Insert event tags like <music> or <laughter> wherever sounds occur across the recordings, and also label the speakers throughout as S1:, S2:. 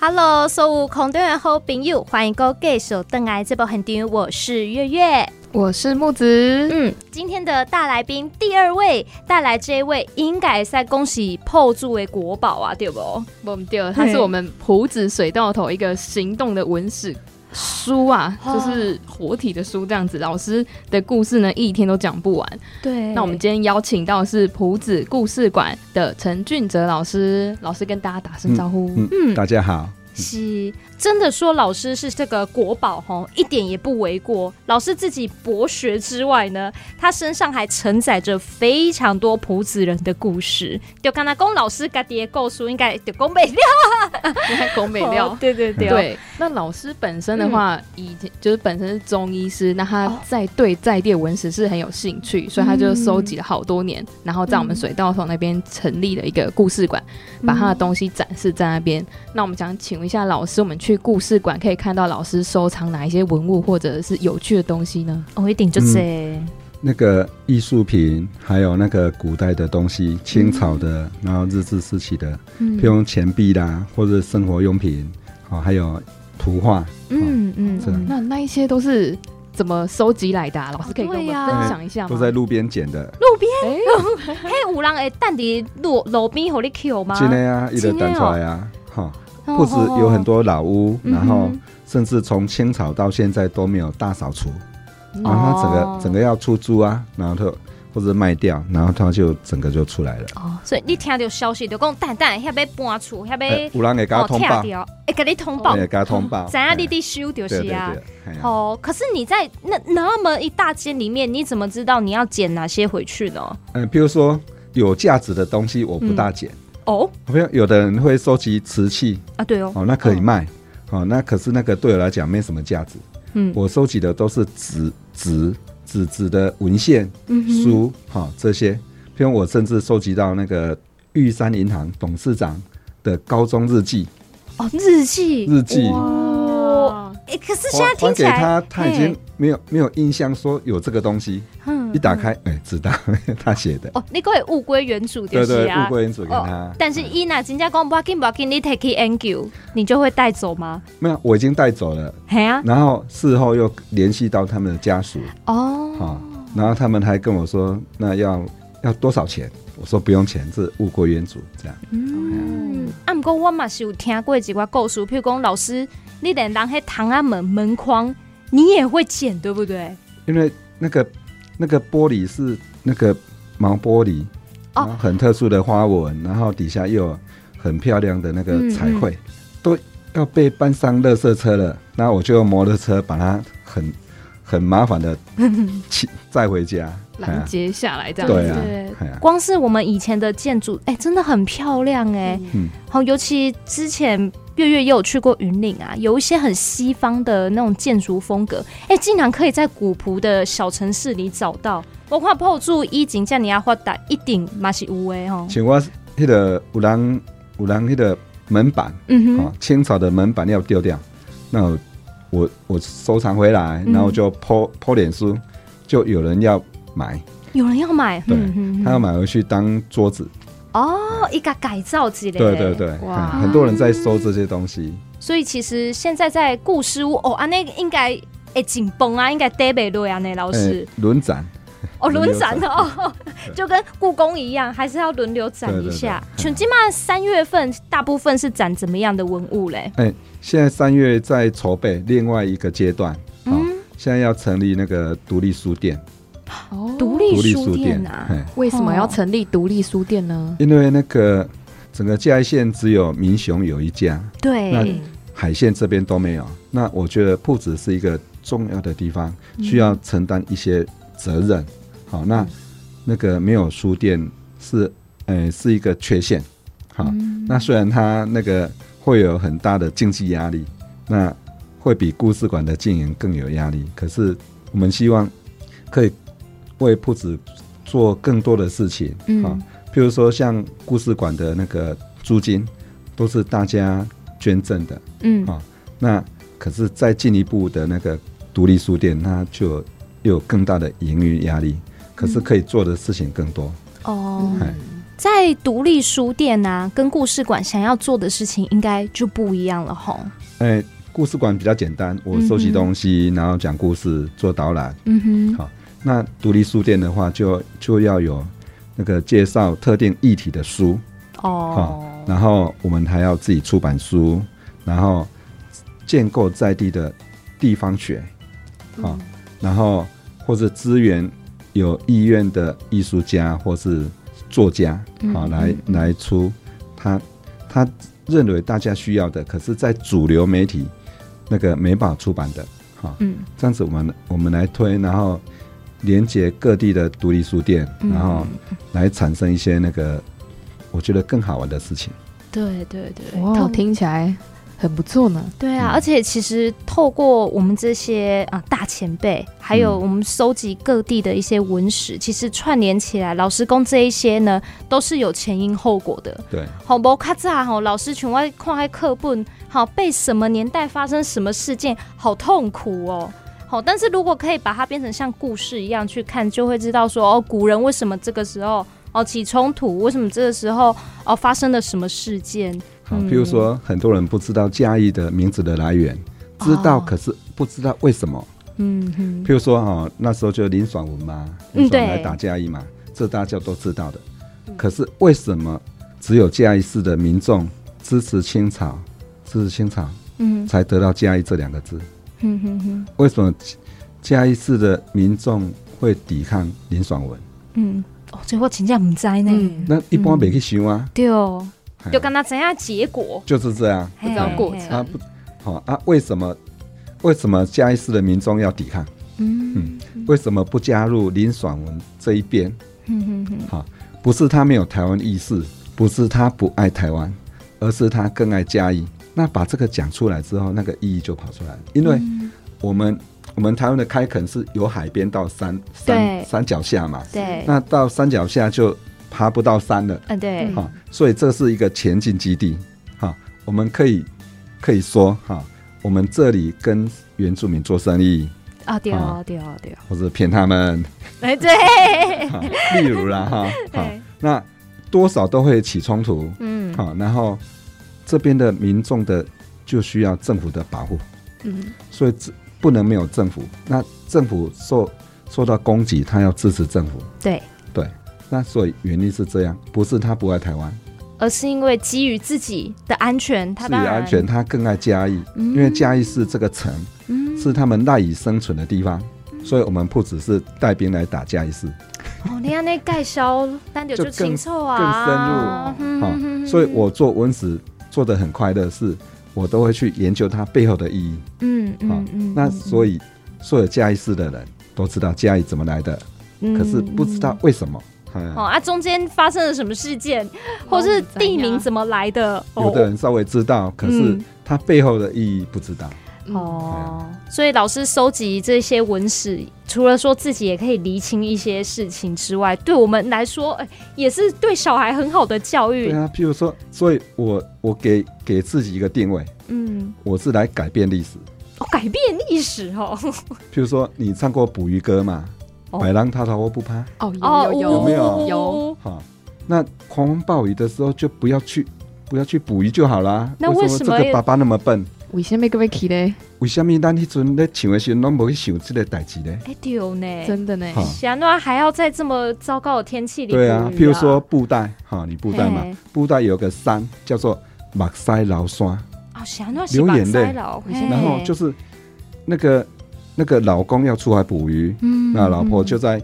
S1: Hello，所有空中的好朋友，欢迎各位继续登来这部很顶，我是月月。
S2: 我是木子，
S1: 嗯，今天的大来宾第二位带来这一位，应该在恭喜破住为国宝啊，对不？
S2: 我们第二，它是我们浦子水道头一个行动的文史书啊，
S1: 哦
S2: 就是活体的书这样子。老师的故事呢，一天都讲不完。
S1: 对
S2: 那我们今天邀请到的是浦子故事馆的陈俊哲老师，老师跟大家打声招呼。
S3: 嗯，
S1: 嗯
S3: 大家好，
S1: 是真的说老师是这个国宝吼，一点也不为过。老师自己博学之外呢，他身上还承载着非常多普子人的故事。就刚才龚老师家己的故事，应该就龚北料
S2: 你看狗美 <laughs> 料。
S1: 对对哦对，
S2: 对，那老师本身的话，以前就是本身是中医师，那他
S1: 哦
S2: 在对在地的文史是很有兴趣，所以他就收集了好多年，然后在我们水道头那边成立了一个故事馆，把他的东西展示在那边。那我们想请问一下老师，我们去故事馆可以看到老师收藏哪一些文物或者是有趣的东西呢？
S1: 哦我、一定就这、
S3: 嗯那个艺术品，还有那个古代的东西，清朝
S1: 嗯
S3: 的，然后日治时期的，譬如钱币啦，或者生活用品，好、还有图画，
S1: 嗯嗯
S3: 是啊
S1: 嗯，
S2: 那那一些都是怎么收集来的、啊？老师可以跟我
S1: 对
S2: 们
S1: 呀
S2: 分享一
S1: 啊
S2: 下吗？
S3: 都在路边捡的。 <laughs>
S2: 哎
S1: 嘿，有人会等你路路边给你捡吗？
S3: 今天啊，一直等出来啊，哈、不止有很多老屋，
S1: 哦嗯哼
S3: 然后甚至从清朝到现在都没有大扫除，然
S1: 哦
S3: 后它整个整个要出租啊，然后就或者卖掉，然后它就整个就出来了。
S1: 哦，所以你听到消息就讲蛋蛋遐要搬厝，遐
S3: 哎
S1: 要哦
S3: 有人给他通报，哎
S1: 掉，嗯会给你通报，
S3: 给他通报，
S1: 怎样你
S3: 嘿
S1: 得收就
S3: 对
S1: 是
S3: 对
S1: 啊。
S3: 对，嘿啊
S1: 哦，可是你在那那么一大间里面，你怎么知道你要捡哪些回去呢？
S3: 嗯，比如说有价值的东西我不大捡，
S1: 哦
S3: 比如有的人会收集瓷器，
S1: 啊，对哦，
S3: 哦，那可以卖，哦，那可是那个对我来讲没什么价值。
S1: 嗯
S3: 我收集的都是纸、纸、纸质的文献、
S1: 嗯哼
S3: 书，哈、这些。譬如我甚至收集到那个玉山银行董事长的高中日记，
S1: 哦，日记
S3: 日记
S1: 哇，哎、可是现在听
S3: 还
S1: 起
S3: 给
S1: 来
S3: 他，他已经
S1: 嘿
S3: 没有没有印象说有这个东西，
S1: 嗯
S3: 一打开，哎、知道 <laughs> 他写的，
S1: 哦，你个物归原主就
S3: 对
S1: 是
S3: 对，
S1: 啊。
S3: 物归原主给他。
S1: 但是伊娜真正讲不要紧不要紧，你 take it and go，你就会带走吗？
S3: 没有，我已经带走了。
S1: 嘿
S2: <laughs>
S1: 啊，
S3: 然后事后又联系到他们的家属，
S1: 哦，
S3: 哈、然后他们还跟我说，那要要多少钱？我说不用钱，是物归原主这样。
S1: 嗯，啊，毋过我嘛是有听过一寡故事，譬如讲老师，你连人迄窗啊门门框，你也会捡，对不对？
S3: 因为那个那个玻璃是那个毛玻璃，
S1: 哦
S3: 然后很特殊的花纹，然后底下又有很漂亮的那个彩绘，
S2: 嗯
S3: 都要被搬上垃圾车了。那我就用摩托车把它很很麻烦的起载回家，
S2: 拦截下来这样子。
S3: 对啊
S1: 对，
S3: 哎呀、
S1: 光是我们以前的建筑，哎、真的很漂亮哎、
S3: 嗯
S1: 好、尤其之前月月也有去过云岭啊，有一些很西方的那种建筑风格，哎、竟然可以在古朴的小城市里找到。我看破住一景，叫你要发达一顶嘛是有哦诶吼。
S3: 请我那个有人有人那个门板。
S1: 嗯哼，
S3: 哦，清朝的门板要丢掉，那我我我收藏回来，
S1: 嗯
S3: 然后就剖剖脸书，就有人要买，
S1: 有人要买，
S3: 对
S1: 嗯哼
S3: 他要买回去当桌子，
S1: 哦，一个改造之类的。
S3: 对对对，
S2: 哇
S3: 嗯很多人在收这些东西，
S1: 所以其实现在在故事屋哦，安那应该会紧绷啊，应该得袂落啊，那老师、
S3: 哎轮展，
S1: 哦
S3: 轮
S1: 轮
S3: 流
S1: 展
S3: 展
S1: 哦，就跟故宫一样，还是要轮流展
S3: 对
S1: 一
S3: 对
S1: 下。
S3: 对
S1: 全起码三月份大部分是展怎么样的文物嘞？
S3: 哎，现在三月在筹备另外一个阶段，
S1: 嗯
S3: 哦，现在要成立那个独立书店，
S2: 哦
S1: 独
S3: 独
S1: 立
S3: 立
S1: 书
S3: 书
S1: 店
S3: 店，
S1: 啊，
S3: 哎，
S2: 为什么要成立独立书店呢？
S3: 因为那个整个嘉义县只有民雄有一家，那
S1: 对，
S3: 海线这边都没有。那我觉得铺子是一个重要的地方，需要承担一些责任。好，那那个没有书店是，呃，是一个缺陷。好，那虽然它那个会有很大的经济压力，那会比故事馆的经营更有压力。可是我们希望可以为铺子做更多的事情。
S1: 嗯
S3: 啊，譬如说像故事馆的那个租金都是大家捐赠的，
S1: 嗯
S3: 啊那可是再进一步的那个独立书店，那就又有更大的营运压力，可是可以做的事情更多。
S1: 哦
S3: 哎。
S1: 在独立书店啊，跟故事馆想要做的事情应该就不一样了吼。
S3: 哎，故事馆比较简单，我收集东西，然后讲故事，做导览。
S1: 嗯哼，
S3: 那独立书店的话就，就要有那个介绍特定议题的书，
S1: 哦，
S3: 然后我们还要自己出版书，然后建构在地的地方学，啊、然后或者支援有意愿的艺术家或是作家啊、
S2: 嗯
S3: 来
S2: 嗯
S3: 来出他他认为大家需要的，可是，在主流媒体那个没办法出版的，哈、
S1: 嗯，
S3: 这样子我们我们来推，然后连接各地的独立书店，
S1: 嗯
S3: 然后来产生一些那个我觉得更好玩的事情。
S1: 对对对，
S2: 哇，
S1: 透
S2: 听起来很不错呢。
S1: 对啊，
S3: 嗯
S1: 而且其实透过我们这些啊、大前辈，还有
S3: 嗯
S1: 我们收集各地的一些文史，其实串联起来，老师公这一些呢，都是有前因后果的。
S3: 对，
S1: 吼无较早吼，老师全外看开课本，好背什么年代发生什么事件，好痛苦哦。好，但是如果可以把它变成像故事一样去看，就会知道说哦，古人为什么这个时候哦起冲突，为什么这个时候哦发生了什么事件？
S3: 好，
S1: 嗯
S3: 啊譬如说很多人不知道嘉义的名字的来源，知道
S1: 哦
S3: 可是不知道为什么。
S1: 嗯哼，
S3: 譬如说哦，那时候就林爽文嘛，
S1: 嗯
S3: 林爽
S1: 对嗯
S3: 来打嘉义嘛，这大家都知道的。可是为什么只有嘉义市的民众支持清朝，支持清朝
S1: 嗯
S3: 才得到嘉义这两个字？
S1: 哼哼哼，
S3: 为什么嘉义市的民众会抵抗林爽文？
S1: 嗯，哦，这我真正唔知呢。
S2: 嗯
S3: 那一般没去想啊，
S1: 对哦，
S3: 哎
S1: 就跟他怎样结果，
S3: 就是这样。
S1: 不
S2: 知道过程
S1: 嗯
S3: 啊不，好、啊，为什么为什么嘉义市的民众要抵抗？
S1: 嗯
S3: 为什么不加入林爽文这一边？
S1: 哼哼哼，
S3: 好、不是他没有台湾意识，不是他不爱台湾，而是他更爱嘉义。那把这个讲出来之后，那个意义就跑出来了，因为
S1: 嗯
S3: 我们、我们台湾的开垦是由海边到山
S1: 对
S3: 山山脚下嘛，
S1: 对，
S3: 那到山脚下就爬不到山了，
S1: 嗯对，
S3: 哈、所以这是一个前进基地，哈、我们可以可以说哈、我们这里跟原住民做生意，
S1: 啊对哦
S3: 啊
S1: 对哦对哦，
S3: 或者骗他们，
S1: 哎对， <laughs>
S3: 哈，例如啦哈，好
S1: 对，
S3: 那多少都会起冲突，
S1: 嗯
S3: 好、然后这边的民众的就需要政府的保护，
S2: 嗯，
S3: 所以这不能没有政府，那政府受受到攻击，他要支持政府，
S1: 对，
S3: 对，那所以原因是这样，不是他不爱台湾。
S1: 而是因为基于自己的安全，他
S3: 自己
S1: 当
S3: 的
S1: 然嗯
S3: 安全，他更爱嘉义，因为嘉义是这个城，是他们赖以生存的地方，
S1: 嗯
S3: 所以我们不只是带兵来打嘉义市，
S1: 哦，你看那盖销单点就
S3: 就更
S1: 清楚
S3: 更
S1: 啊，
S3: 深入
S1: 嗯
S3: 哈、所以我做文史做的很快乐，是我都会去研究它背后的意义。
S1: 嗯
S3: 好
S1: 嗯嗯，
S3: 那所
S1: 以
S3: 以所有嘉义市的人都知道嘉义怎么来的，
S1: 嗯
S3: 可是不知道为什么。嗯
S1: 哦啊，中间发生了什么事件，或是地
S2: 哦
S1: 名哦怎么来的？哦
S3: 有的人稍微知道，可是
S1: 嗯
S3: 它背后的意义不知道。
S2: 哦，
S1: 哦，所以老师收集这些文史，除了说自己也可以厘清一些事情之外，对我们来说，哎，也是对小孩很好的教育
S3: 对。啊，譬如说，所以我我给给自己一个定位，
S1: 嗯，
S3: 我是来改变历史。
S1: 哦，改变历史哦。
S3: 譬如说，你唱过捕鱼歌嘛？
S1: 哦
S3: 白浪滔滔我不怕。
S2: 哦，有
S3: 有没有
S1: 呜
S2: 有？
S3: 好，那狂风暴雨的时候就不要去，不要去捕鱼就好啦。
S1: 那为
S3: 为
S1: 什么
S3: 这个爸爸那么笨？
S2: 为什么个被起嘞？
S3: 为什么咱迄阵咧唱的时候，拢无去想这个代志呢？
S1: 哎，丢呢，
S2: 真的呢，
S3: 好
S1: 喜安诺还要在这么糟糕的天气里、
S3: 对啊，譬如说，布袋，哈，你布袋嘛
S1: 嘿，
S3: 布袋有个山叫做马塞劳山，
S1: 哦，喜安诺是
S3: 流
S1: 把
S3: 眼泪
S1: 塞老，嘿
S3: 然后就是那个那个老公要出海捕鱼，
S1: 嗯
S3: 那老婆就在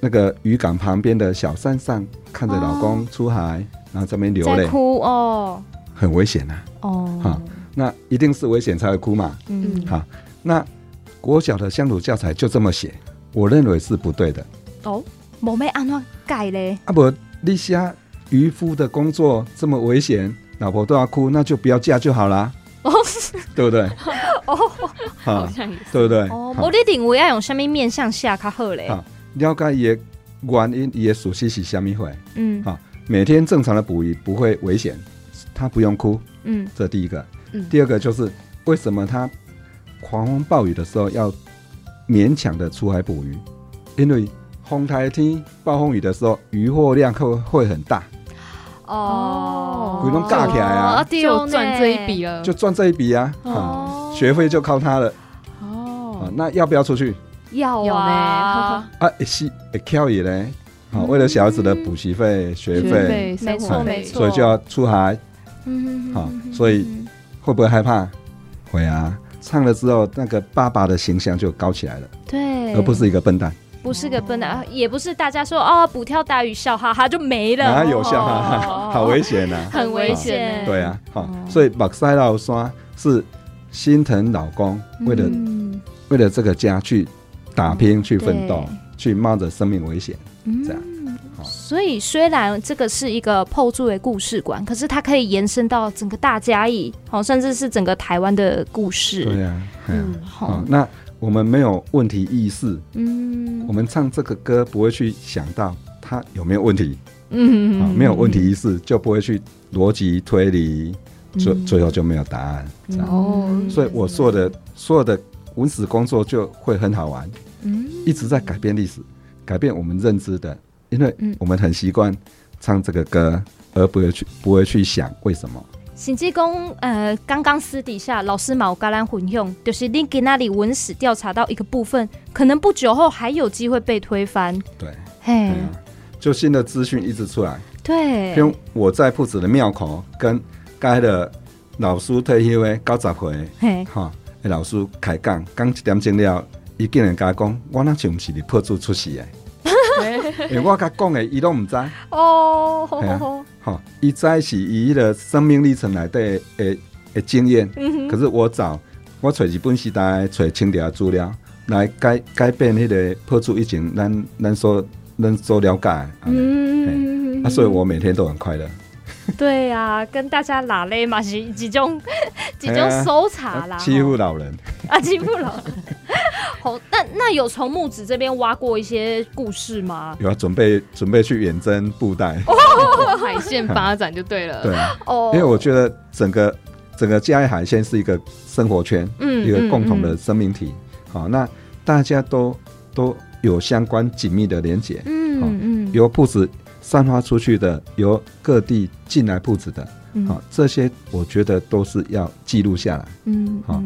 S3: 那个渔港旁边的小山上看着老公出海，然后在那边流
S1: 哦在
S3: 泪，
S1: 哭哦
S3: 很危险啊。
S1: 哦
S3: 哈，那一定是危险才会哭嘛。
S1: 嗯
S3: 好，那国小的乡土教材就这么写，我认为是不对的。
S1: 哦，冇咩安诺改嘞，
S3: 啊不，立下渔夫的工作这么危险，老婆都要哭，那就不要嫁就好啦，
S1: 哦
S3: <laughs> 对不对？
S2: 好
S3: 哦，
S2: 像也是
S3: 对不对？
S1: 哦，
S3: 好
S1: 我你定位要用什么面向下较好嘞？
S3: 好了解也原因，也熟悉是虾米会。
S1: 嗯
S3: 好，每天正常的捕鱼不会危险，他不用哭，
S1: 嗯
S3: 这第一个。
S2: 嗯
S3: 第二个就是为什么他狂风暴雨的时候要勉强的出海捕鱼？因为风台天暴风雨的时候，渔获量会会很大，
S1: 哦，
S3: 鬼拢架起来啊
S1: 对
S2: 就
S1: 哦
S2: 赚这一笔
S1: 呢
S2: 了，
S3: 就赚这一笔啊，啊
S1: 哦，
S3: 学费就靠他了啊
S2: 哦。，
S3: 那要不要出去
S1: 要
S2: 有
S1: 啊
S2: 呢，
S3: 啊？会是会跳也嘞，好，哦为了小孩子的补习费、学费，哎
S2: 费、
S1: 没
S2: 生
S1: 错
S2: 活
S1: 没
S2: 费，
S1: 错
S3: 所以就要出海，
S1: 嗯
S3: 好所以会不会害怕？会啊，唱了之后，那个爸爸的形象就高起来了，
S1: 对，
S3: 而不是一个笨蛋。
S1: 不是个笨蛋，啊也不是大家说哦补跳大鱼笑哈哈就没了，
S3: 哪有像哈
S1: 哦
S3: 哈，好危险啊呐！
S2: 很危
S1: 哦
S2: 险。
S3: 对，啊，好
S2: 哦，
S3: 所以目屎老山是心疼老公，为了
S1: 嗯
S3: 为了这个家去打拼、去奋斗
S1: 对、
S2: 嗯
S3: 去冒着生命危险，这样
S1: 嗯所以虽然这个是一个破住的故事馆，可是它可以延伸到整个大嘉义，好，甚至是整个台湾的故事。
S3: 对啊，哎呀
S2: 嗯，
S1: 好
S3: 好，，那我们没有问题意识，
S1: 嗯
S3: 我们唱这个歌不会去想到它有没有问题啊，
S1: 嗯
S3: 没有问题意识就不会去逻辑推理，最
S2: 嗯
S3: 最后就没有答案，这样。
S2: 哦，
S3: 所以我做的所有的文史工作就会很好玩，
S1: 嗯
S3: 一直在改变历史，改变我们认知的，因为
S1: 嗯
S3: 我们很习惯唱这个歌，而不会去不会去想为什么。
S1: 甚至讲，呃，刚刚私底下老师嘛有跟咱混用，就是你给那里文史调查到一个部分，可能不久后还有机会被推翻。
S3: 对，
S1: 嘿
S3: 对，啊，就新的资讯一直出来。
S1: 对，
S3: 因为我在铺子的庙口跟该的老师退休的九十岁
S1: 嘿，
S3: 哈，的老师开讲，讲一点钟了，伊竟然甲我讲，我那像是伫破主出
S1: <laughs>
S3: 世的，诶、我甲讲的伊都毋知道。
S1: 哦，
S3: 嘿啊吼，伊知是伊的生命历程内底的的经验，
S1: 嗯
S3: 可是我找我找日本时代找清朝的资料来改改变迄个破除以前咱咱所咱所了解的，嗯、
S1: 嗯
S3: 啊，所以我每天都很快乐，
S1: 对啊，跟大家拉勒嘛是几种 <laughs> 几
S3: 哎
S1: 种
S3: 呀
S1: 搜查啦，
S3: 欺
S1: 吼
S3: 负老人，
S1: 啊欺负了。 <laughs> 好，那那有从木子这边挖过一些故事吗？
S3: 有要啊准备准备去远征布袋，
S2: 海线发展就对了。
S3: <laughs> 对，
S1: 哦
S3: 因为我觉得整个整个嘉义海鲜是一个生活圈，
S1: 嗯
S3: 一个共同的生命体，好、那大家都都有相关紧密的连结，
S1: 嗯
S3: 好
S1: 嗯
S3: 由铺子散发出去的，由各地进来铺子的，好、
S1: 嗯
S3: 这些我觉得都是要记录下来。
S1: 嗯
S3: 好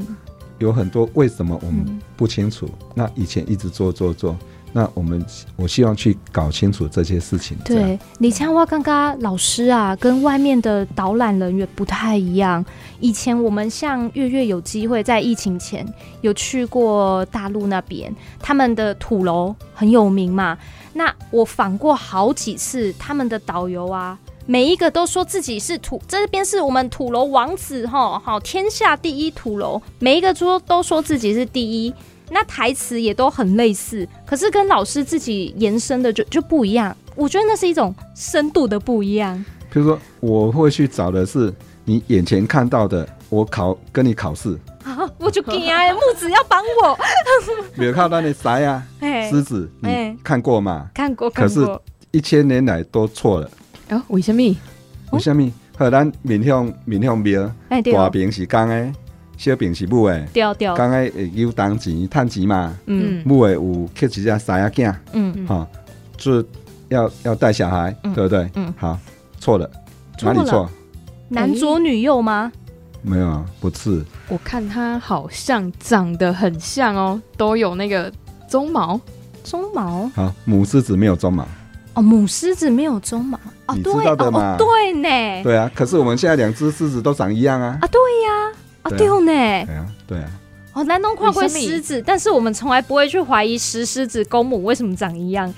S3: 有很多为什么我
S1: 嗯
S3: 们不清楚？那以前一直做做做，那我们我希望去搞清楚这些事情。这样，
S1: 对，你像我刚刚老师啊，跟外面的导览人员不太一样。以前我们像月月有机会在疫情前有去过大陆那边，他们的土楼很有名嘛。那我访过好几次他们的导游啊，每一个都说自己是土，这边是我们土楼王子哈，好天下第一土楼，每一个说都说自己是第一。那台词也都很类似，可是跟老师自己延伸的就就不一样。我觉得那是一种深度的不一样。 <laughs>
S3: 比如说我会去找的是你眼前看到的，我考跟你考试，
S1: 啊！我就惊哎，木子要帮
S3: <laughs>
S1: 我，
S3: 比如看到那啥呀、
S1: <laughs> 哎，
S3: 狮子，
S1: 哎
S3: 你看过吗？
S1: 看过看
S3: 可是
S1: 过，
S3: 一千年来都错
S1: 哦
S3: 了，
S2: 啊，为什么？
S3: 为什么？和咱面向面向庙，
S1: 哎对
S3: 大
S1: 哦，
S3: 饼是公的，小饼是母的。
S1: 掉掉，
S3: 刚才会有当钱、趁钱嘛，
S1: 嗯
S2: 嗯，
S3: 母的有捡一只狮仔囝，哈、
S1: 嗯，
S2: 嗯
S3: 就是要要带小孩，
S1: 嗯
S3: 对不对？
S1: 嗯
S3: 好，错了，
S1: 错
S3: 哪
S1: 了
S3: 里错？
S1: 男左女右吗？
S3: 没有啊，不是，
S2: 我看他好像长得很像哦，都有那个鬃毛，
S1: 鬃毛
S3: 好，母狮子没有鬃毛，
S1: 哦，母狮子没有鬃毛哦，
S3: 你
S1: 对
S3: 知道的
S1: 哦
S3: 嘛
S1: 哦对呢，
S3: 对啊，可是我们现在两只狮子都长一样啊
S1: 啊，，对呀，啊
S3: 对啊
S1: 对哦呢，
S3: 对啊，对啊，
S1: 哦，南东跨过
S2: 为什么
S1: 狮子，但是我们从来不会去怀疑石狮子公母为什么长一样。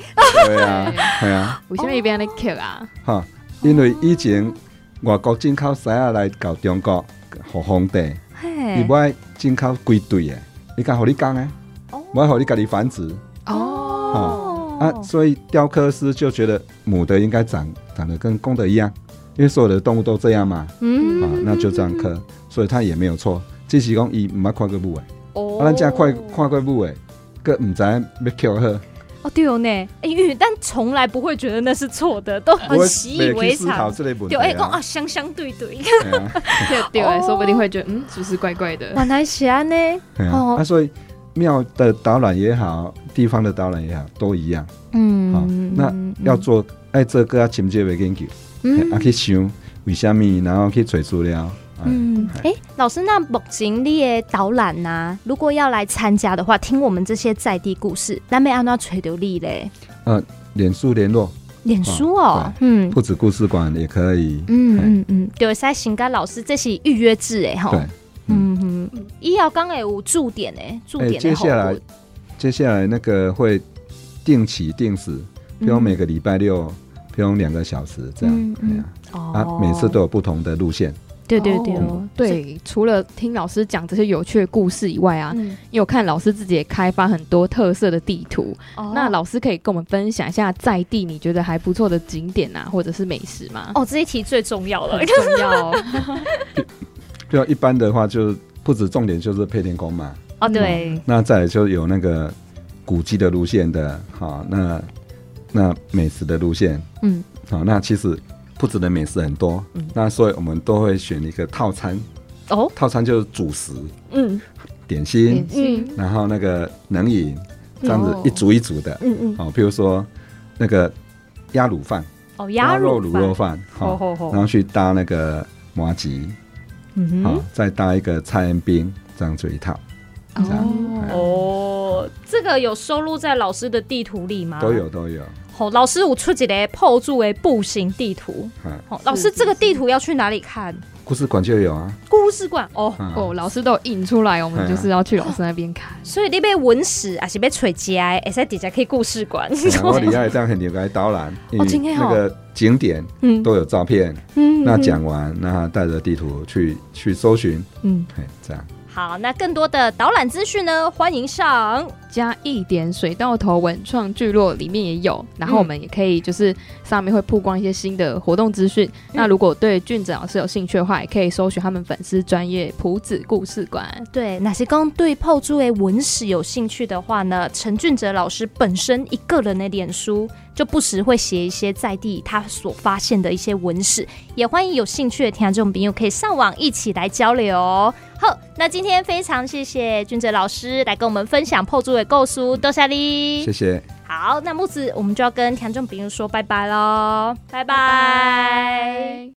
S3: 对啊，
S2: 哎
S3: 对啊，
S2: 为什么变那 Q 啊？
S3: 哈，因为以前外国进口狮仔来搞中国，给皇帝，伊
S1: 嘿
S3: 不，爱进口几对的，伊敢互你讲诶，不爱互你家己繁殖。
S1: 哦
S3: 啊，所以雕刻师就觉得母的应该长长得跟公的一样，因为所有的动物都这样嘛，
S1: 嗯
S3: 啊，那就这样刻，所以他也没有错。只是讲伊毋捌看过母诶，
S1: 哦
S3: 啊，咱遮看看过母诶，佮毋知影要扣好，
S1: 哦，对哦呢，哎，因为但从来不会觉得那是错的，都
S3: 我
S1: 很习以
S3: 袂去
S1: 为
S3: 思考
S1: 常。
S3: 这类问题
S1: 对，哎，讲啊，
S3: 啊。
S1: 相相对对，哎 <laughs>
S3: 嘿啊
S2: 对对
S1: 哦，
S2: 说不定会觉得嗯，是不是怪怪的？
S1: 原来是安呢，
S3: 嘿啊
S1: 哦
S3: 啊，所以庙的导览也好，地方的导览也好，都一样。好
S1: 嗯，
S3: 哎啊那要做爱这个要深入的研究，
S1: 嗯
S3: 嘿啊去想为什么，然后去找资料。嗯，
S1: 嗯，哎、老师，那目前你的导览呐、如果要来参加的话，听我们这些在地故事，那没安怎垂流力嘞？
S3: 脸书联络
S1: 脸书哦
S3: 啊，
S1: 嗯
S3: 不止故事馆也可以。
S1: 嗯嗯嗯，对，塞行该老师这是预约制哎吼，
S3: 对，
S1: 嗯嗯，医疗刚诶有驻点诶，驻
S3: 哎
S1: 点
S3: 接
S1: 的后
S3: 下来接下来那个会定期定时，比如每个礼拜六，比如两个小时这样
S1: 嗯嗯。嗯
S3: 哎呀
S1: 哦
S3: 啊，每次都有不同的路线。
S1: 对对对
S2: 哦对，除了听老师讲这些有趣的故事以外啊，
S1: 嗯
S2: 因为我看老师自己也开发很多特色的地图，
S1: 哦
S2: 那老师可以跟我们分享一下在地你觉得还不错的景点啊，或者是美食吗？
S1: 哦这一题最重要了
S2: 很，重 <laughs> 要哦，
S3: 比如一般的话，就不止重点就是配天宫嘛，
S1: <laughs> 哦对，
S3: 那再来就有那个古迹的路线的，好、那那美食的路线，
S1: 嗯，
S3: 好、那其实不止的美食很多，那所以我们都会选一个套餐，
S1: 哦
S3: 套餐就是主食、
S1: 嗯
S3: 点心，
S1: 嗯
S3: 然后那个冷饮，这样子
S2: 哦
S3: 一组一组的，
S1: 嗯嗯，
S3: 好、譬如说那个鸭卤饭、
S1: 哦鸭肉
S3: 肉
S1: 哦
S3: 卤肉饭，好、
S1: 吼吼吼
S3: 然后去搭那个麻吉，
S1: 嗯
S3: 好、
S1: 哼
S3: 再搭一个蔡恩冰，这样子一套。这样
S2: 哦，
S1: 哦，这个有收录在老师的地图里吗？
S3: 都有都有，
S1: 好，老师，我出一个破住的步行地图。
S3: 啊，
S1: 好，老师，这个地图要去哪里看？
S3: 故事馆就有啊，
S1: 故事馆哦，
S3: 啊，
S2: 哦，老师都有印出来，我们
S3: 嗯
S2: 就是要去老师那边看。
S1: 所以你被文史还是被垂家的，会使直接去故事馆。 <laughs>
S3: 哎我底下也这样很牛来导览，因为
S1: 真的哦
S3: 那个景点
S1: 嗯
S3: 都有照片，
S1: 嗯
S3: 那讲完，那带着地图去去搜寻，
S1: 嗯，
S3: 嘿，这样
S1: 好，那更多的导览资讯呢，欢迎上。
S2: 加一点水稻头文创聚落里面也有，然后我们也可以就是上面会曝光一些新的活动资讯。那如果对俊子老师有兴趣的话，也可以搜寻他们粉丝专业普子故事馆。
S1: 对，那些刚对泡猪的文史有兴趣的话呢，陈俊哲老师本身一个人的脸书就不时会写一些在地他所发现的一些文史，也欢迎有兴趣的听众朋友可以上网一起来交流哦。好，那今天非常谢谢俊哲老师来跟我们分享泡猪的构书，多谢你。
S3: 谢谢。
S1: 好，那木子我们就要跟听众朋友说拜拜喽，拜拜